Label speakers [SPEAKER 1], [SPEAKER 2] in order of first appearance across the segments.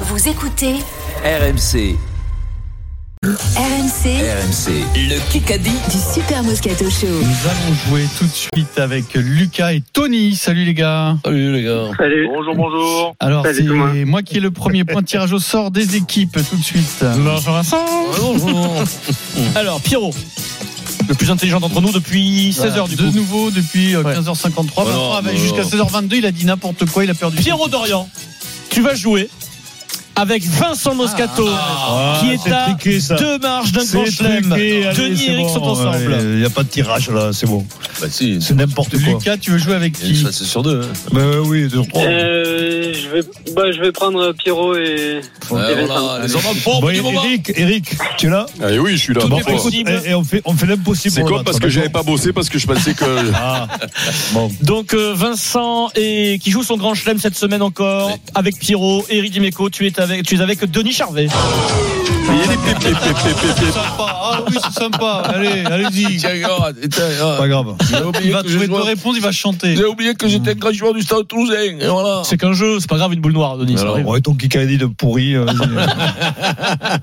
[SPEAKER 1] Vous écoutez
[SPEAKER 2] RMC,
[SPEAKER 1] RMC
[SPEAKER 2] RMC, le Kikadi.
[SPEAKER 1] du Super Moscato Show.
[SPEAKER 3] Nous allons jouer tout de suite avec Lucas et Tony. Salut les gars.
[SPEAKER 4] Salut les gars.
[SPEAKER 5] Salut.
[SPEAKER 6] Bonjour, bonjour.
[SPEAKER 3] Alors
[SPEAKER 5] Salut
[SPEAKER 3] c'est
[SPEAKER 5] tout le monde.
[SPEAKER 3] moi qui ai le premier point de tirage au sort des équipes tout de suite.
[SPEAKER 7] Bonjour Vincent.
[SPEAKER 4] Bonjour.
[SPEAKER 7] Alors Pierrot, le plus intelligent d'entre nous depuis 16h du
[SPEAKER 3] de
[SPEAKER 7] coup.
[SPEAKER 3] nouveau depuis euh, 15h53. Vincent
[SPEAKER 4] non,
[SPEAKER 8] bah,
[SPEAKER 3] avait-
[SPEAKER 4] non,
[SPEAKER 3] Jusqu'à
[SPEAKER 4] non.
[SPEAKER 3] 16h22, il a dit n'importe quoi, il a perdu.
[SPEAKER 7] Pierrot Dorian, tu vas jouer avec Vincent Moscato
[SPEAKER 3] Ah,
[SPEAKER 7] qui est à deux marches d'un grand chelem. Denis et Eric sont ensemble.
[SPEAKER 8] Il n'y a pas de tirage là, c'est bon.
[SPEAKER 4] Bah si,
[SPEAKER 8] C'est n'importe quoi.
[SPEAKER 3] Lucas, tu veux jouer avec
[SPEAKER 4] il y a une
[SPEAKER 3] qui
[SPEAKER 4] chance sur deux. hein.
[SPEAKER 8] Bah oui, deux, trois.
[SPEAKER 5] Euh, je vais, bah, je vais prendre Pierrot et. hein.
[SPEAKER 4] Ouais,
[SPEAKER 5] Vincent.
[SPEAKER 4] voilà, les hommes en forme
[SPEAKER 8] Bon,
[SPEAKER 4] du moment.
[SPEAKER 8] Eric, Eric, tu es là
[SPEAKER 6] Ah oui, je suis là.
[SPEAKER 7] Tout
[SPEAKER 8] Bon,
[SPEAKER 3] bah,
[SPEAKER 7] est possible.
[SPEAKER 8] Et, et on fait, on fait l'impossible.
[SPEAKER 6] C'est
[SPEAKER 8] pour
[SPEAKER 6] con
[SPEAKER 8] le
[SPEAKER 6] parce
[SPEAKER 8] battre,
[SPEAKER 6] que j'avais
[SPEAKER 8] d'accord
[SPEAKER 6] pas bossé parce que je pensais que.
[SPEAKER 8] Ah, bon.
[SPEAKER 3] eh,
[SPEAKER 7] Donc euh, Vincent et qui joue son grand chelem cette semaine encore
[SPEAKER 4] Oui.
[SPEAKER 7] avec Pierrot, Eric Dimeco, tu es avec tu es avec Denis Charvet.
[SPEAKER 6] Mais il est pip, pip, pip, pip, pip, pip.
[SPEAKER 3] Sympa. Ah oui, c'est sympa. Allez, allez-y.
[SPEAKER 4] Tiens, gars, putain, gars,
[SPEAKER 8] Pas grave.
[SPEAKER 4] j'ai oublié
[SPEAKER 3] Il va
[SPEAKER 4] que je
[SPEAKER 3] trouver deux
[SPEAKER 4] jouais-
[SPEAKER 3] réponses, il va chanter.
[SPEAKER 4] J'ai euh, oublié que j'étais un
[SPEAKER 6] Hmm.
[SPEAKER 4] grand joueur du Stade Toulousain. Et voilà.
[SPEAKER 7] C'est qu'un jeu, c'est pas grave une boule noire Denis. ça
[SPEAKER 4] Alors,
[SPEAKER 7] arrive.
[SPEAKER 8] Ouais, ton Kikadi de pourri. euh, vas-y.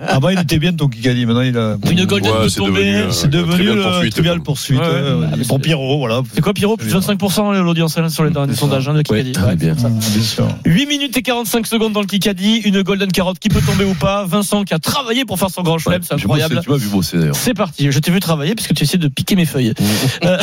[SPEAKER 8] Avant, il était bien ton Kikadi. Maintenant, il a.
[SPEAKER 7] Une golden
[SPEAKER 6] Ouais,
[SPEAKER 7] de
[SPEAKER 6] Mmh, c'est devenu,
[SPEAKER 7] tombée.
[SPEAKER 6] euh,
[SPEAKER 8] C'est
[SPEAKER 6] Trivial
[SPEAKER 8] devenu le
[SPEAKER 6] Poursuite,
[SPEAKER 8] trivial
[SPEAKER 6] quoi.
[SPEAKER 8] poursuite.
[SPEAKER 7] Ouais,
[SPEAKER 8] euh,
[SPEAKER 7] ouais, mais
[SPEAKER 8] Pour
[SPEAKER 7] c'est-
[SPEAKER 8] Pierrot, voilà.
[SPEAKER 7] C'est quoi Pierrot Plus 25% l'audience hein, sur les derniers sondages hein, de Kikadi. Ouais.
[SPEAKER 4] bien.
[SPEAKER 8] Ah, Bien sûr.
[SPEAKER 7] 8 minutes et 45 secondes dans le Kikadi, une golden carotte qui peut tomber ou pas. Vincent qui a travaillé pour faire son grand chelem, c'est incroyable.
[SPEAKER 4] Tu m'as vu bosser d'ailleurs.
[SPEAKER 7] C'est parti, je t'ai vu travailler puisque tu essaies de piquer mes feuilles. Euh,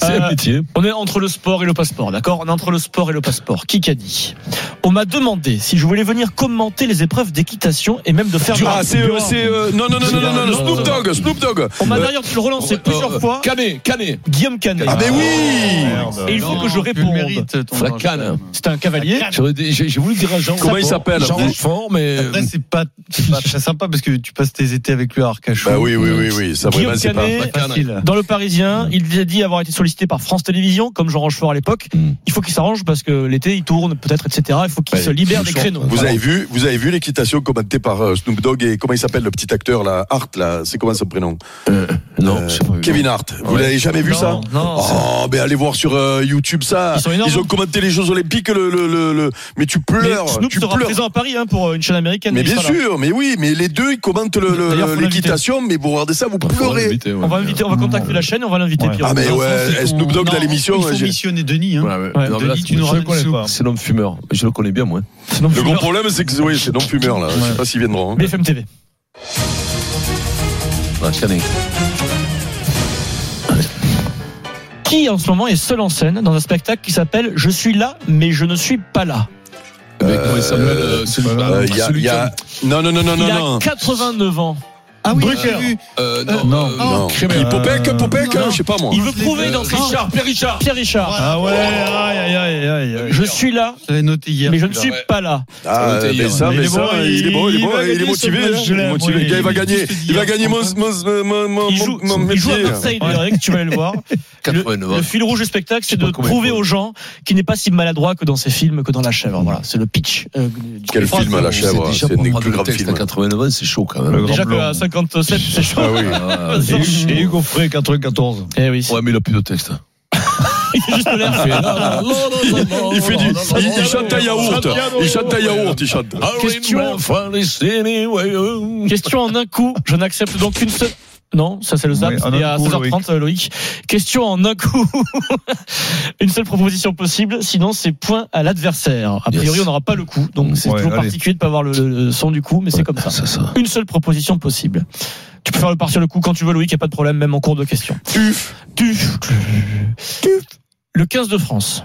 [SPEAKER 4] C'est
[SPEAKER 7] Euh,
[SPEAKER 4] un métier.
[SPEAKER 7] on est entre le sport et le passeport, d'accord On est entre le sport et le passeport. Kikadi. On m'a demandé si je voulais venir commenter les épreuves d'équitation et même de faire.
[SPEAKER 6] Ah, c'est. euh, c'est, euh, Non, non, non, non, non, non, non, Snoop Dogg, Snoop Dogg.
[SPEAKER 7] On m'a d'ailleurs pu le relancer
[SPEAKER 4] Euh,
[SPEAKER 7] plusieurs
[SPEAKER 4] euh,
[SPEAKER 7] fois.
[SPEAKER 4] Canet, Canet.
[SPEAKER 7] Guillaume Canet.
[SPEAKER 6] Ah, mais oui
[SPEAKER 7] Et Euh, il faut que je
[SPEAKER 3] Tu le
[SPEAKER 7] réponde. Euh,
[SPEAKER 3] mérites, ton
[SPEAKER 4] La
[SPEAKER 3] grand
[SPEAKER 4] canne.
[SPEAKER 3] chelem.
[SPEAKER 7] C'est un cavalier.
[SPEAKER 4] J'aurais dit- J'ai j'ai voulu dire à Jean.
[SPEAKER 6] Ah, Comment il s'appelle
[SPEAKER 4] Jean Rochefort, mais.
[SPEAKER 3] Après, c'est pas, c'est pas très sympa parce que tu passes tes étés avec lui à Arcachon.
[SPEAKER 6] Bah oui, oui, oui, oui. Ça,
[SPEAKER 7] Guillaume
[SPEAKER 6] vraiment, c'est pas.
[SPEAKER 7] Canet.
[SPEAKER 3] Pas facile.
[SPEAKER 7] Dans le Parisien, il a dit avoir été sollicité par France Télévisions, comme Jean Rochefort à l'époque.
[SPEAKER 6] Hmm.
[SPEAKER 4] Mm.
[SPEAKER 7] Il faut qu'il s'arrange parce que l'été, il tourne peut-être, etc. Il faut qu'il
[SPEAKER 4] Ouais,
[SPEAKER 7] se libère
[SPEAKER 4] il
[SPEAKER 7] des
[SPEAKER 4] chante.
[SPEAKER 7] créneaux.
[SPEAKER 6] Vous avez vu, vous avez vu l'équitation commentée par euh, Snoop Dogg et comment il s'appelle le petit acteur là, Hart là, c'est comment son prénom
[SPEAKER 4] Non,
[SPEAKER 6] Euh,
[SPEAKER 4] je sais pas.
[SPEAKER 6] Kevin Hart. Vous l'avez jamais vu ça
[SPEAKER 7] Non.
[SPEAKER 6] Oh, mais allez voir sur euh, YouTube ça.
[SPEAKER 7] Ils sont énormes.
[SPEAKER 6] ont commenté les Jeux Olympiques. Le, le, le, le- mais tu
[SPEAKER 7] Mais
[SPEAKER 6] pleures,
[SPEAKER 7] Snoop
[SPEAKER 6] tu
[SPEAKER 7] sera
[SPEAKER 6] pleures.
[SPEAKER 7] présent à Paris hein, pour euh, une chaîne américaine.
[SPEAKER 6] Mais
[SPEAKER 7] il
[SPEAKER 6] bien
[SPEAKER 7] sera là.
[SPEAKER 6] sûr, mais oui, mais les deux ils commentent le- le-
[SPEAKER 7] D'ailleurs, faut
[SPEAKER 6] l'équitation, mais vous regardez ça, vous
[SPEAKER 4] Bah, faudrait
[SPEAKER 6] pleurez.
[SPEAKER 4] l'inviter, ouais.
[SPEAKER 7] On va inviter, on va contacter la chaîne, on va l'inviter.
[SPEAKER 8] Ouais.
[SPEAKER 7] Pierrot.
[SPEAKER 6] Ah mais
[SPEAKER 3] Vincent,
[SPEAKER 6] ouais,
[SPEAKER 3] c'est
[SPEAKER 6] Snoop
[SPEAKER 3] ton-
[SPEAKER 6] Dogg dans
[SPEAKER 3] Non,
[SPEAKER 6] l'émission,
[SPEAKER 3] Il faut
[SPEAKER 6] j'ai-
[SPEAKER 3] missionner Denis. Hein.
[SPEAKER 4] Ouais, Ah ouais.
[SPEAKER 7] Ouais,
[SPEAKER 4] Non, mais là,
[SPEAKER 3] Denis,
[SPEAKER 4] c'est-
[SPEAKER 3] tu nous
[SPEAKER 8] Je le
[SPEAKER 3] ramènes
[SPEAKER 8] connais
[SPEAKER 3] sous.
[SPEAKER 8] pas.
[SPEAKER 4] C'est l'homme fumeur. Je le connais bien, moi.
[SPEAKER 7] Sinon,
[SPEAKER 6] Le
[SPEAKER 7] vous-
[SPEAKER 6] gros problème c'est que oui, c'est non fumeur là. Je sais pas s'ils viendront. hein.
[SPEAKER 7] BFM TV.
[SPEAKER 4] Ah, Canet.
[SPEAKER 7] Qui en ce moment est seul en scène dans un spectacle qui s'appelle Je suis là, mais je ne suis pas là.
[SPEAKER 4] Mais comment il s'appelle euh, celui-
[SPEAKER 6] Euh, il y a-
[SPEAKER 4] celui
[SPEAKER 6] il y a- Non non non non
[SPEAKER 7] Il
[SPEAKER 6] non
[SPEAKER 7] a
[SPEAKER 6] non.
[SPEAKER 7] 89 ans.
[SPEAKER 3] Ah oui,
[SPEAKER 8] Drucker.
[SPEAKER 3] j'ai vu.
[SPEAKER 4] Euh,
[SPEAKER 3] Euh,
[SPEAKER 4] non,
[SPEAKER 8] non.
[SPEAKER 4] euh,
[SPEAKER 6] Non.
[SPEAKER 4] Crémer.
[SPEAKER 6] Il Popek,
[SPEAKER 8] Euh,
[SPEAKER 6] Popek,
[SPEAKER 3] non,
[SPEAKER 6] hein,
[SPEAKER 3] non.
[SPEAKER 6] je sais pas moi.
[SPEAKER 7] Il
[SPEAKER 3] je
[SPEAKER 7] veut
[SPEAKER 3] l'ai
[SPEAKER 7] prouver
[SPEAKER 3] vu.
[SPEAKER 7] dans Richard, Pierre Richard. Pierre Richard.
[SPEAKER 8] Ah ouais, aïe, aïe, aïe, aïe, aïe.
[SPEAKER 7] Je suis là,
[SPEAKER 3] Je l'avais noté hier.
[SPEAKER 7] mais je ne
[SPEAKER 3] celui-là.
[SPEAKER 7] suis pas là.
[SPEAKER 6] Ah, mais
[SPEAKER 4] Ça,
[SPEAKER 8] il
[SPEAKER 6] ça,
[SPEAKER 8] est
[SPEAKER 6] mais
[SPEAKER 8] bon,
[SPEAKER 6] ça, il est bon, il est bon,
[SPEAKER 8] il va
[SPEAKER 6] il est
[SPEAKER 8] gagner
[SPEAKER 6] motivé.
[SPEAKER 8] ce match, je
[SPEAKER 6] hein, il est
[SPEAKER 8] l'aime,
[SPEAKER 6] motivé.
[SPEAKER 8] oui,
[SPEAKER 6] Le gars, il va
[SPEAKER 8] il-
[SPEAKER 6] gagner.
[SPEAKER 3] il se dit,
[SPEAKER 6] Il va
[SPEAKER 3] hein,
[SPEAKER 6] gagner mon, mon, mon, mon,
[SPEAKER 7] Il
[SPEAKER 6] mon,
[SPEAKER 7] joue,
[SPEAKER 6] mon
[SPEAKER 7] il joue à
[SPEAKER 6] métier.
[SPEAKER 7] Marseille, Eric, tu vas aller le voir. Le,
[SPEAKER 4] 89.
[SPEAKER 7] le fil rouge du spectacle, c'est
[SPEAKER 4] Je
[SPEAKER 7] de
[SPEAKER 4] sais pas comment
[SPEAKER 7] prouver
[SPEAKER 4] il faut.
[SPEAKER 7] aux gens qu'il n'est pas si maladroit que dans ses films, que dans La Chèvre. Voilà, c'est le pitch. euh, du-
[SPEAKER 6] Quel
[SPEAKER 7] Franck,
[SPEAKER 6] film à la chèvre,
[SPEAKER 4] déjà
[SPEAKER 6] c'est
[SPEAKER 4] pour
[SPEAKER 6] un des
[SPEAKER 4] prendre
[SPEAKER 6] plus
[SPEAKER 4] le hein.
[SPEAKER 6] graves
[SPEAKER 4] texte à
[SPEAKER 6] films.
[SPEAKER 4] 89, c'est chaud quand
[SPEAKER 8] Le
[SPEAKER 4] même.
[SPEAKER 8] grand
[SPEAKER 7] Déjà
[SPEAKER 8] blanc.
[SPEAKER 7] qu'à 57, c'est chaud.
[SPEAKER 6] Ah oui.
[SPEAKER 4] Ah,
[SPEAKER 7] Vincent,
[SPEAKER 8] Et Hugo Frey, 94.
[SPEAKER 7] Eh oui,
[SPEAKER 4] Ouais, mais il a plus de texte.
[SPEAKER 7] c'est juste l'air.
[SPEAKER 4] Ah.
[SPEAKER 6] Il fait du, il, il chante à yaourt. Il chante à yaourt, il chante.
[SPEAKER 4] Ah
[SPEAKER 7] Question.
[SPEAKER 4] Question.
[SPEAKER 6] euh.
[SPEAKER 7] Question en un coup. Je n'accepte donc qu'une seule. Non, ça c'est le zap.
[SPEAKER 8] Oui, en
[SPEAKER 7] et
[SPEAKER 8] un
[SPEAKER 7] à
[SPEAKER 8] coup,
[SPEAKER 7] 16h30, euh, Loïc. Question en un coup. Une seule proposition possible, sinon c'est point à l'adversaire. A priori,
[SPEAKER 4] Yes.
[SPEAKER 7] on n'aura pas le coup, donc c'est
[SPEAKER 8] Ouais,
[SPEAKER 7] toujours
[SPEAKER 8] allez.
[SPEAKER 7] particulier de pas avoir le, le son du coup, mais c'est comme ça.
[SPEAKER 4] C'est ça.
[SPEAKER 7] Une seule proposition possible. Tu peux faire le partir le coup quand tu veux, Loïc, y a pas de problème, même en cours de question.
[SPEAKER 6] Tuf.
[SPEAKER 7] Tu- Le 15 de France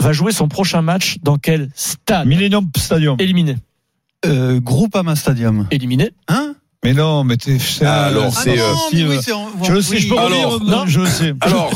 [SPEAKER 7] va jouer son prochain match dans quel stade
[SPEAKER 8] Millennium Stadium.
[SPEAKER 7] Éliminé.
[SPEAKER 3] Euh, Groupama Stadium.
[SPEAKER 7] Éliminé.
[SPEAKER 3] Hein
[SPEAKER 8] Mais non, mais t'es. c'est-
[SPEAKER 6] Alors,
[SPEAKER 3] Ah
[SPEAKER 6] C'est,
[SPEAKER 3] non,
[SPEAKER 6] euh,
[SPEAKER 3] mais oui, c'est en-
[SPEAKER 8] Je le sais,
[SPEAKER 3] oui.
[SPEAKER 8] je peux
[SPEAKER 6] Alors,
[SPEAKER 8] revenir,
[SPEAKER 7] non.
[SPEAKER 8] Je le sais. Ah,
[SPEAKER 6] Alors,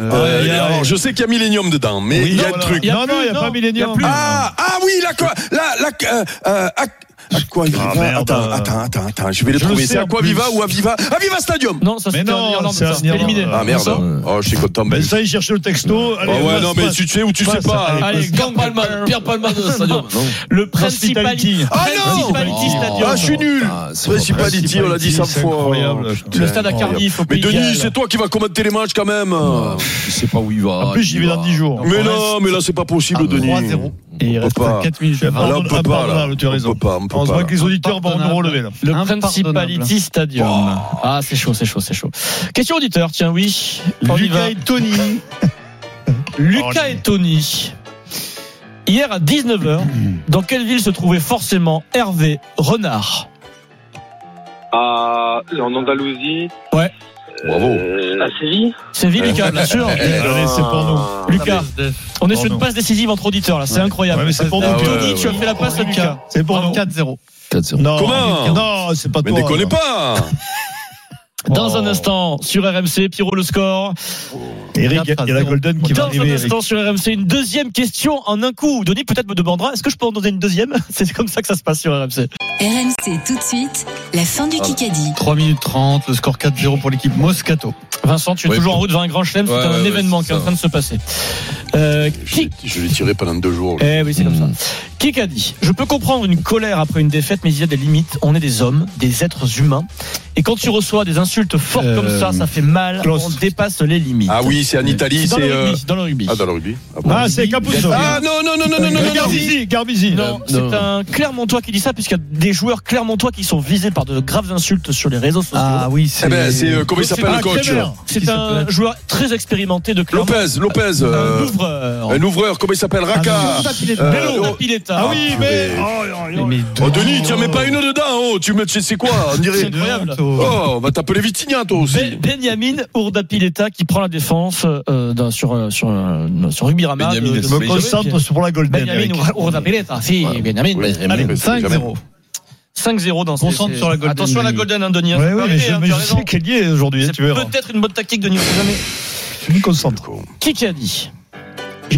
[SPEAKER 6] euh,
[SPEAKER 8] il y a-
[SPEAKER 6] alors, je sais qu'il y a Millennium dedans, mais il
[SPEAKER 8] Oui,
[SPEAKER 6] y a
[SPEAKER 8] non,
[SPEAKER 6] le
[SPEAKER 8] voilà.
[SPEAKER 6] truc.
[SPEAKER 7] Il y a
[SPEAKER 8] Non,
[SPEAKER 7] plus,
[SPEAKER 8] non, il n'y a
[SPEAKER 7] non,
[SPEAKER 8] pas
[SPEAKER 7] il y a
[SPEAKER 8] Millennium.
[SPEAKER 7] plus.
[SPEAKER 6] Ah, ah oui, la quoi, la, la, euh, euh, à, à quoi il
[SPEAKER 8] Ah,
[SPEAKER 6] va
[SPEAKER 8] merde.
[SPEAKER 6] Attends, attends, attends, attends, je vais le
[SPEAKER 8] Je
[SPEAKER 6] trouver.
[SPEAKER 8] le sais
[SPEAKER 6] C'est à
[SPEAKER 8] en
[SPEAKER 6] quoi
[SPEAKER 8] plus.
[SPEAKER 6] Viva ou à Viva À Viva Stadium.
[SPEAKER 7] Non, ça
[SPEAKER 8] Mais
[SPEAKER 7] c'était
[SPEAKER 8] non,
[SPEAKER 7] en Irlande.
[SPEAKER 8] c'est
[SPEAKER 7] ça.
[SPEAKER 8] en Irlande.
[SPEAKER 7] Éliminé.
[SPEAKER 6] Ah merde.
[SPEAKER 7] Ça
[SPEAKER 6] Oh, je suis content.
[SPEAKER 8] Ben
[SPEAKER 6] Ben,
[SPEAKER 8] ça, il cherche le texto. Allez,
[SPEAKER 6] Ah ouais,
[SPEAKER 8] passe,
[SPEAKER 6] non, mais
[SPEAKER 8] passe.
[SPEAKER 6] tu sais ou tu sais
[SPEAKER 8] Passe,
[SPEAKER 6] pas. hein.
[SPEAKER 7] Allez,
[SPEAKER 4] Pierre
[SPEAKER 7] gang
[SPEAKER 4] Palman, Pierre Palman de Stadium. Ah, Non.
[SPEAKER 7] Le
[SPEAKER 8] Principality.
[SPEAKER 7] Principality.
[SPEAKER 6] Ah non
[SPEAKER 7] Principality Stadium.
[SPEAKER 6] Ah, je suis nul.
[SPEAKER 4] Ah, c'est pas
[SPEAKER 6] Principality, on l'a dit 100
[SPEAKER 8] C'est
[SPEAKER 6] fois.
[SPEAKER 8] incroyable.
[SPEAKER 7] Le stade à
[SPEAKER 6] Incroyable.
[SPEAKER 7] Cardiff. au
[SPEAKER 6] Oh, Mais
[SPEAKER 7] Pays de
[SPEAKER 6] Denis,
[SPEAKER 7] Galles.
[SPEAKER 6] c'est toi qui vas commenter les matchs quand même.
[SPEAKER 4] Ah. Je sais pas où il va.
[SPEAKER 8] En plus, j'y vais dans 10 jours. Ah,
[SPEAKER 6] Mais non, mais là c'est pas possible, Denis.
[SPEAKER 3] 3-0. Et il
[SPEAKER 6] On
[SPEAKER 3] reste
[SPEAKER 6] peut pas.
[SPEAKER 3] 4 minutes.
[SPEAKER 6] Ah, là, on peut pas. Là.
[SPEAKER 8] Impardonnable, tu as
[SPEAKER 6] on
[SPEAKER 8] raison.
[SPEAKER 6] peut pas. On peut
[SPEAKER 8] On se
[SPEAKER 6] pas.
[SPEAKER 8] voit
[SPEAKER 6] là.
[SPEAKER 8] que les auditeurs vont nous relever là.
[SPEAKER 7] Le
[SPEAKER 3] Impardonnable.
[SPEAKER 7] Principality Stadium.
[SPEAKER 6] Oh.
[SPEAKER 7] Ah, c'est chaud, c'est chaud, c'est chaud. Question auditeur, tiens, oui. On y
[SPEAKER 3] Lucas
[SPEAKER 7] va.
[SPEAKER 3] et Tony.
[SPEAKER 8] Ah,
[SPEAKER 7] Lucas et Tony. Hier à 19h,
[SPEAKER 8] Hmm.
[SPEAKER 7] dans quelle ville se trouvait forcément Hervé Renard
[SPEAKER 5] À, Ah, en Andalousie.
[SPEAKER 7] Ouais.
[SPEAKER 6] Bravo.
[SPEAKER 5] Euh, à Séville. Euh,
[SPEAKER 7] Séville, Lucas, bien sûr.
[SPEAKER 8] Allez, c'est pour nous.
[SPEAKER 7] Lucas, on est sur une
[SPEAKER 8] Pardon.
[SPEAKER 7] passe décisive entre auditeurs là, c'est incroyable. Euh,
[SPEAKER 8] Ouais, mais c'est pour
[SPEAKER 6] Ah
[SPEAKER 8] nous. Oh,
[SPEAKER 6] ouais,
[SPEAKER 7] Tony,
[SPEAKER 6] ouais,
[SPEAKER 7] tu as fait la passe à Lucas.
[SPEAKER 8] C'est pour nous.
[SPEAKER 3] 4-0.
[SPEAKER 4] 4-0.
[SPEAKER 8] Non,
[SPEAKER 6] Comment
[SPEAKER 8] non, c'est pas
[SPEAKER 6] Mais
[SPEAKER 8] toi.
[SPEAKER 6] déconnez pas
[SPEAKER 7] Dans
[SPEAKER 8] Oh.
[SPEAKER 7] un instant sur RMC, Pierrot le score.
[SPEAKER 8] Eric, il y a la Golden qui va
[SPEAKER 7] Dans un
[SPEAKER 8] arriver. Eric.
[SPEAKER 7] instant sur RMC, une deuxième question en un coup. Denis peut-être me demandera, est-ce que je peux en donner une deuxième C'est comme ça que ça se passe sur RMC.
[SPEAKER 1] RMC tout de suite, la fin du Kikadi.
[SPEAKER 3] 3 minutes 30, le score 4-0 pour l'équipe Moscato.
[SPEAKER 7] Vincent, tu es
[SPEAKER 4] Ouais,
[SPEAKER 7] toujours
[SPEAKER 4] pour-
[SPEAKER 7] en route vers un grand chelem, c'est
[SPEAKER 4] Ouais,
[SPEAKER 7] un
[SPEAKER 4] ouais,
[SPEAKER 7] événement
[SPEAKER 4] ouais,
[SPEAKER 7] qui est en
[SPEAKER 4] ça.
[SPEAKER 7] train de se passer. Euh,
[SPEAKER 6] Je,
[SPEAKER 7] qui
[SPEAKER 6] je l'ai tiré pendant deux jours. là.
[SPEAKER 7] Eh oui, c'est comme
[SPEAKER 6] Hmm.
[SPEAKER 7] ça. Qui a dit Je peux comprendre une colère après une défaite, mais il y a des limites. On est des hommes, des êtres humains. Et quand tu reçois des insultes fortes
[SPEAKER 3] Euh,
[SPEAKER 7] comme ça, ça fait mal.
[SPEAKER 8] Klaus.
[SPEAKER 7] On dépasse les limites.
[SPEAKER 6] Ah oui, c'est en Italie,
[SPEAKER 7] dans
[SPEAKER 6] c'est.
[SPEAKER 7] le
[SPEAKER 6] euh,
[SPEAKER 7] rugby. Dans le rugby.
[SPEAKER 6] Ah, dans le rugby. Ah, bon.
[SPEAKER 8] Ah, c'est Capuzzo.
[SPEAKER 6] Ah non, non, non, non, non, non, non, non.
[SPEAKER 8] Garbizi, Garbizi.
[SPEAKER 7] Non, c'est un Clermontois qui dit ça, puisqu'il y a des joueurs Clermontois qui sont visés par de graves insultes sur les réseaux
[SPEAKER 8] Ah
[SPEAKER 7] sociaux.
[SPEAKER 3] oui,
[SPEAKER 6] Eh ben, c'est. euh, Comment
[SPEAKER 7] Oh,
[SPEAKER 6] il s'appelle le coach
[SPEAKER 7] c'est un joueur très expérimenté de Clermont.
[SPEAKER 6] Lopez, Lopez.
[SPEAKER 7] Un
[SPEAKER 6] euh,
[SPEAKER 7] ouvreur.
[SPEAKER 6] Un ouvreur, comment il s'appelle Raka
[SPEAKER 7] Tapiletta.
[SPEAKER 6] euh,
[SPEAKER 7] Bello
[SPEAKER 6] oh.
[SPEAKER 7] Tapiletta.
[SPEAKER 8] Ah oui,
[SPEAKER 6] Ah,
[SPEAKER 8] mais.
[SPEAKER 6] purée.
[SPEAKER 8] Oh, oh, oh.
[SPEAKER 6] Oh, Denis, tu en mets pas une dedans, oh Tu me. Tu sais quoi On
[SPEAKER 7] C'est
[SPEAKER 6] dirait.
[SPEAKER 7] incroyable.
[SPEAKER 6] Oh, on va t'appeler Vitigna, toi
[SPEAKER 7] Ben-
[SPEAKER 6] aussi.
[SPEAKER 7] Benjamin Ourdapileta qui prend la défense euh, dans- sur, euh, sur, euh, sur Rugby Rama.
[SPEAKER 4] Benjamin
[SPEAKER 7] de- de-
[SPEAKER 4] est
[SPEAKER 8] Je me concentre sur pour la Golden.
[SPEAKER 7] Benjamin
[SPEAKER 8] Eric.
[SPEAKER 7] Our- Ourdapileta. Si,
[SPEAKER 4] Voilà.
[SPEAKER 7] Benjamin.
[SPEAKER 6] Oui,
[SPEAKER 7] Allez,
[SPEAKER 6] Ah, mais c'est
[SPEAKER 3] 5-0.
[SPEAKER 7] 5-0 dans ce
[SPEAKER 3] Concentre sur la Golden,
[SPEAKER 7] Attention à la
[SPEAKER 3] Denis.
[SPEAKER 7] Golden, hein, Denis. hein,
[SPEAKER 8] Ouais,
[SPEAKER 7] ça peut
[SPEAKER 8] ouais, mais
[SPEAKER 7] arriver,
[SPEAKER 8] je,
[SPEAKER 7] hein,
[SPEAKER 8] mais
[SPEAKER 7] tu as
[SPEAKER 8] je
[SPEAKER 7] raison.
[SPEAKER 8] sais qu'elle y est aujourd'hui,
[SPEAKER 7] C'est
[SPEAKER 8] tu verras.
[SPEAKER 7] peut-être une bonne tactique, Denis. on sait jamais.
[SPEAKER 8] Je me concentre.
[SPEAKER 7] Qui qui a dit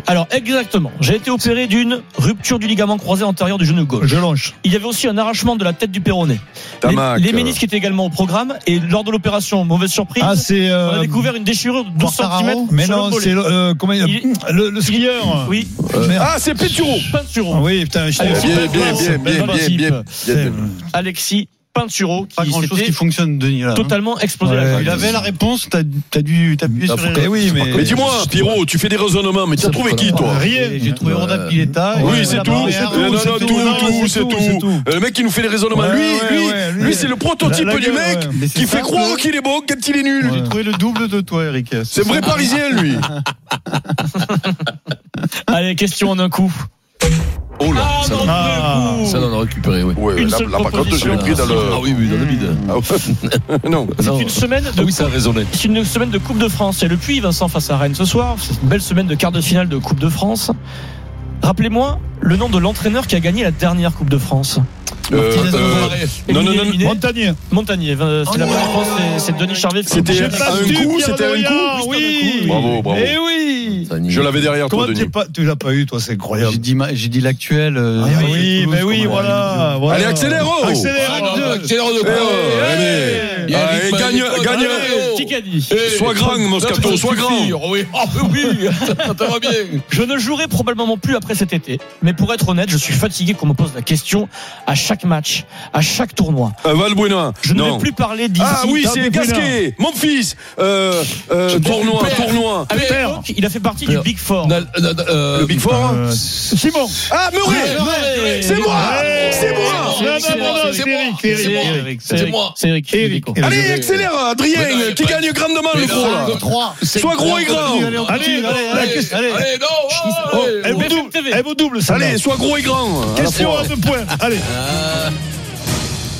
[SPEAKER 7] alors exactement, j'ai été opéré d'une rupture du ligament croisé antérieur du genou gauche.
[SPEAKER 8] Je lâche.
[SPEAKER 7] Il y avait aussi un arrachement de la tête du péroné. Les,
[SPEAKER 6] Tamac.
[SPEAKER 7] les ménisques étaient également au programme et lors de l'opération, mauvaise surprise,
[SPEAKER 8] Ah, c'est.
[SPEAKER 7] on
[SPEAKER 8] euh,
[SPEAKER 7] a découvert une déchirure de 12
[SPEAKER 8] Quartararo
[SPEAKER 7] cm
[SPEAKER 8] Mais
[SPEAKER 7] sur
[SPEAKER 8] non,
[SPEAKER 7] le mollet.
[SPEAKER 8] c'est. le- euh, Comment il-
[SPEAKER 7] Il-
[SPEAKER 8] Le le skieur.
[SPEAKER 7] Oui,
[SPEAKER 8] Merde.
[SPEAKER 6] Ah, c'est Péturo
[SPEAKER 8] Ah
[SPEAKER 7] Peinturo.
[SPEAKER 8] Oui, putain, je
[SPEAKER 6] Allez,
[SPEAKER 8] t'ai-
[SPEAKER 6] bien, bien, bien, bien, bien, bien.
[SPEAKER 8] C'est-
[SPEAKER 7] Alexis Peinturo
[SPEAKER 3] Pas
[SPEAKER 7] qui
[SPEAKER 3] grand chose qui
[SPEAKER 7] s'était
[SPEAKER 3] fonctionne, Denis. Là, hein.
[SPEAKER 7] totalement explosé.
[SPEAKER 8] Ouais.
[SPEAKER 7] la gueule.
[SPEAKER 3] Il avait la réponse, t'as t'as dû t'appuyer sur
[SPEAKER 8] Eh
[SPEAKER 3] les
[SPEAKER 8] oui, mais.
[SPEAKER 6] Mais dis-moi, Pierrot, tu fais des raisonnements, mais t'as trouvé qui, toi
[SPEAKER 8] Rien.
[SPEAKER 3] J'ai trouvé Roda Pileta.
[SPEAKER 6] Oui,
[SPEAKER 3] Et
[SPEAKER 6] c'est
[SPEAKER 3] la
[SPEAKER 6] tout,
[SPEAKER 3] barrière.
[SPEAKER 6] c'est tout, Non, non,
[SPEAKER 8] c'est tout,
[SPEAKER 6] tout,
[SPEAKER 8] non,
[SPEAKER 6] tout,
[SPEAKER 8] c'est
[SPEAKER 6] c'est
[SPEAKER 8] tout,
[SPEAKER 6] tout.
[SPEAKER 8] c'est tout.
[SPEAKER 6] Euh, Le mec, il nous fait des raisonnements.
[SPEAKER 8] Ouais,
[SPEAKER 6] lui,
[SPEAKER 8] ouais,
[SPEAKER 6] lui,
[SPEAKER 8] ouais, lui,
[SPEAKER 6] lui, c'est le prototype
[SPEAKER 8] la- la
[SPEAKER 6] du
[SPEAKER 8] gueule,
[SPEAKER 6] mec
[SPEAKER 8] ouais.
[SPEAKER 3] Mais c'est
[SPEAKER 6] qui fait
[SPEAKER 3] ça,
[SPEAKER 6] croire
[SPEAKER 3] le-
[SPEAKER 6] qu'il est bon quand il est nul.
[SPEAKER 3] J'ai trouvé le double de toi, Eric.
[SPEAKER 6] C'est vrai parisien, lui.
[SPEAKER 7] Allez, question en un coup.
[SPEAKER 6] Oh là.
[SPEAKER 7] Ah,
[SPEAKER 4] ça
[SPEAKER 7] non,
[SPEAKER 8] Ah.
[SPEAKER 7] deux coups.
[SPEAKER 4] Ça, on l'a récupéré, oui.
[SPEAKER 6] Ouais,
[SPEAKER 7] Une
[SPEAKER 6] là,
[SPEAKER 7] seule
[SPEAKER 6] là, par contre, je
[SPEAKER 7] proposition.
[SPEAKER 6] l'ai pris dans le.
[SPEAKER 4] Ah oui, oui, dans le bide.
[SPEAKER 6] Ah ouais. non.
[SPEAKER 4] Non.
[SPEAKER 7] C'est une semaine
[SPEAKER 4] Ah
[SPEAKER 7] de
[SPEAKER 4] oui, ça a résonné.
[SPEAKER 7] C'est une semaine de Coupe de France. Et le Puy, Vincent, face à Rennes ce soir. C'est une belle semaine de quart de finale de Coupe de France. Rappelez-moi le nom de l'entraîneur qui a gagné la dernière Coupe de France.
[SPEAKER 6] Euh,
[SPEAKER 3] Martinez,
[SPEAKER 6] euh, non, non, non.
[SPEAKER 7] Éliminé,
[SPEAKER 8] Montagnier.
[SPEAKER 7] Montagnier. Vin- C'est la première fois, c'est- c'est Denis Charvet.
[SPEAKER 6] C'était
[SPEAKER 7] Philippe
[SPEAKER 6] à
[SPEAKER 7] Michel.
[SPEAKER 6] un coup, c'était à un coup.
[SPEAKER 8] Oui.
[SPEAKER 6] Bravo, bravo.
[SPEAKER 8] Eh oui.
[SPEAKER 6] Je l'avais derrière toi,
[SPEAKER 8] Comment t'es
[SPEAKER 6] Denis.
[SPEAKER 8] pas, tu l'as pas eu, toi, c'est incroyable.
[SPEAKER 4] Ah,
[SPEAKER 3] J'ai dit, ma- j'ai dit l'actuel. euh,
[SPEAKER 8] Ah
[SPEAKER 3] Toulouse,
[SPEAKER 8] oui, mais oui,
[SPEAKER 3] qu'on va
[SPEAKER 8] voilà, voilà.
[SPEAKER 6] Allez, accélère, oh
[SPEAKER 8] Accélère,
[SPEAKER 4] Ah,
[SPEAKER 8] deux.
[SPEAKER 4] Accélère de
[SPEAKER 6] Eh, oh, allez.
[SPEAKER 4] Il y a
[SPEAKER 6] Ah,
[SPEAKER 4] Eric
[SPEAKER 6] et
[SPEAKER 4] Maillot.
[SPEAKER 6] gagne, gagne.
[SPEAKER 4] Allez.
[SPEAKER 7] Qui qu'a dit
[SPEAKER 4] Eh,
[SPEAKER 6] Sois grand, Moscato,
[SPEAKER 4] ça
[SPEAKER 6] sois
[SPEAKER 4] suffit. Oui, Ah,
[SPEAKER 6] Euh,
[SPEAKER 4] oui, ça va bien.
[SPEAKER 7] Je ne jouerai probablement plus après cet été. Mais pour être honnête, je suis fatigué qu'on me pose la question à chaque match, à chaque tournoi.
[SPEAKER 6] Euh, Valbuena.
[SPEAKER 7] Je ne
[SPEAKER 6] Non.
[SPEAKER 7] vais plus parler d'ici.
[SPEAKER 6] Ah oui, c'est
[SPEAKER 7] Valbuena.
[SPEAKER 6] Gasquet, mon fils. Euh, euh, tournoi,
[SPEAKER 4] Père.
[SPEAKER 6] tournoi.
[SPEAKER 7] À
[SPEAKER 4] Père.
[SPEAKER 7] l'époque, il a fait partie du
[SPEAKER 4] Père.
[SPEAKER 7] Big Four.
[SPEAKER 4] Na- na- na- euh,
[SPEAKER 6] Le Big Four. hein.
[SPEAKER 8] Euh, Simon.
[SPEAKER 6] Ah, Murray.
[SPEAKER 7] Ouais.
[SPEAKER 6] C'est moi.
[SPEAKER 8] Ouais.
[SPEAKER 6] C'est moi.
[SPEAKER 8] Non, non, non, non,
[SPEAKER 4] C'est
[SPEAKER 8] c'est
[SPEAKER 4] moi.
[SPEAKER 8] Eric,
[SPEAKER 4] C'est
[SPEAKER 8] Eric.
[SPEAKER 4] moi.
[SPEAKER 8] Eric.
[SPEAKER 7] C'est
[SPEAKER 4] Eric.
[SPEAKER 7] moi. C'est Eric.
[SPEAKER 8] Eric.
[SPEAKER 7] Eric.
[SPEAKER 6] Allez, accélère,
[SPEAKER 4] Mais non,
[SPEAKER 6] Adrien,
[SPEAKER 4] y a
[SPEAKER 6] qui
[SPEAKER 4] pas-
[SPEAKER 6] gagne grandement
[SPEAKER 4] Mais
[SPEAKER 6] le
[SPEAKER 4] non,
[SPEAKER 6] gros là.
[SPEAKER 4] le
[SPEAKER 6] Sois gros et grand.
[SPEAKER 8] Allez, allez, allez, question- allez.
[SPEAKER 4] Allez, non. oh,
[SPEAKER 8] Oh,
[SPEAKER 4] allez.
[SPEAKER 8] Elle vaut
[SPEAKER 7] BFM
[SPEAKER 8] double,
[SPEAKER 7] TV.
[SPEAKER 8] elle vaut double, ça.
[SPEAKER 6] Allez, sois gros et grand. à la
[SPEAKER 8] Question
[SPEAKER 6] fois.
[SPEAKER 8] à deux points. Allez.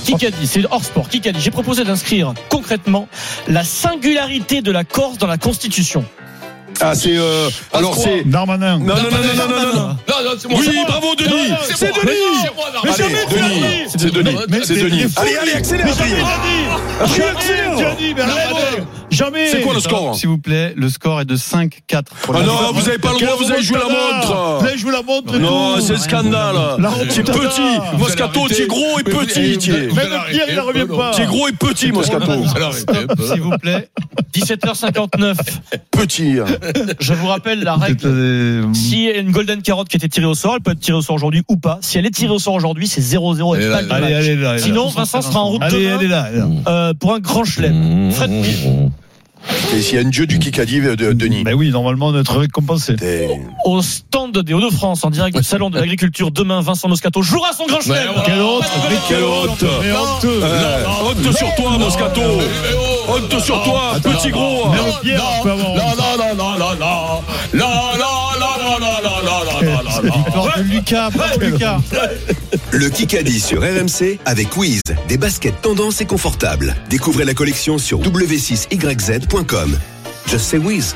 [SPEAKER 7] Qui qu'a dit C'est hors sport. Qui qu'a dit J'ai proposé d'inscrire concrètement la singularité de la Corse dans la Constitution.
[SPEAKER 6] Ah, c'est. euh, Alors,
[SPEAKER 4] croit.
[SPEAKER 6] c'est.
[SPEAKER 8] Darmanin.
[SPEAKER 6] Non, non, non, non, non, non, non.
[SPEAKER 4] Non, non, c'est moi.
[SPEAKER 6] Oui,
[SPEAKER 4] c'est moi.
[SPEAKER 6] bravo,
[SPEAKER 4] Non,
[SPEAKER 6] Denis.
[SPEAKER 4] non,
[SPEAKER 6] C'est
[SPEAKER 4] moi.
[SPEAKER 6] Denis.
[SPEAKER 4] C'est moi, là.
[SPEAKER 8] Mais
[SPEAKER 6] Allez,
[SPEAKER 8] jamais tu l'as
[SPEAKER 6] Denis.
[SPEAKER 8] dit.
[SPEAKER 6] C'est Denis.
[SPEAKER 4] Mais
[SPEAKER 6] C'est
[SPEAKER 4] t'es-
[SPEAKER 6] Denis.
[SPEAKER 8] t'es fou.
[SPEAKER 6] Allez, allez, accélère,
[SPEAKER 8] Jamais
[SPEAKER 6] Adrien.
[SPEAKER 8] il l'a dit. Jamais tu l'as dit, mais arrête. Jamais.
[SPEAKER 6] C'est quoi le score
[SPEAKER 3] S'il vous plaît, le score est de 5-4.
[SPEAKER 6] Ah non, vous avez pas le droit, vous avez joué la
[SPEAKER 8] Vous
[SPEAKER 6] montre.
[SPEAKER 8] avez joué la montre et
[SPEAKER 6] Non,
[SPEAKER 8] tout.
[SPEAKER 6] c'est le scandale.
[SPEAKER 8] La
[SPEAKER 6] T'es
[SPEAKER 8] remontada.
[SPEAKER 6] petit. Moscato, t'es gros et petit. t'es.
[SPEAKER 8] Même le Pierre, il en revient pas.
[SPEAKER 6] T'es gros et petit, Moscato.
[SPEAKER 4] Vous allez arrêter un peu.
[SPEAKER 3] S'il vous plaît.
[SPEAKER 7] 17h59.
[SPEAKER 6] Petit. hein.
[SPEAKER 7] Je vous rappelle la règle. Si il y a une golden carotte qui a été tirée au sort, elle peut être tirée au sort aujourd'hui ou pas. Si elle est tirée au sort aujourd'hui, c'est 0-0
[SPEAKER 4] Elle
[SPEAKER 7] et
[SPEAKER 4] est
[SPEAKER 7] pas
[SPEAKER 4] là,
[SPEAKER 7] de
[SPEAKER 8] Allez,
[SPEAKER 7] match.
[SPEAKER 8] allez, là.
[SPEAKER 7] Sinon, Vincent sera en route
[SPEAKER 8] Allez,
[SPEAKER 7] demain
[SPEAKER 8] elle est là. elle est là.
[SPEAKER 4] Mmh.
[SPEAKER 7] euh, pour un grand chelem. Fred Pied.
[SPEAKER 6] Et s'il y a un dieu du Kikadi, de, de- Denis.
[SPEAKER 8] Ben oui, normalement, notre récompensé.
[SPEAKER 6] T'es-
[SPEAKER 7] Au stand des Hauts-de-France, en direct du Salon de l'Agriculture, demain, Vincent Moscato jouera son grand
[SPEAKER 4] Mais
[SPEAKER 7] chelem.
[SPEAKER 4] voilà.
[SPEAKER 8] Quelle honte Mais quelle honte Mais honteux
[SPEAKER 6] Euh,
[SPEAKER 9] Honte sur toi, Moscato
[SPEAKER 8] euh,
[SPEAKER 9] Honte sur toi,
[SPEAKER 4] Attends,
[SPEAKER 9] petit gros
[SPEAKER 6] hein.
[SPEAKER 8] Même Pierre peut avoir honte.
[SPEAKER 3] Victoire de Lucas, bravo Lucas.
[SPEAKER 10] Le Kikadi sur RMC avec Quiz, des baskets tendance et confortables. Découvrez la collection sur w6yz.com. Just say Wiz.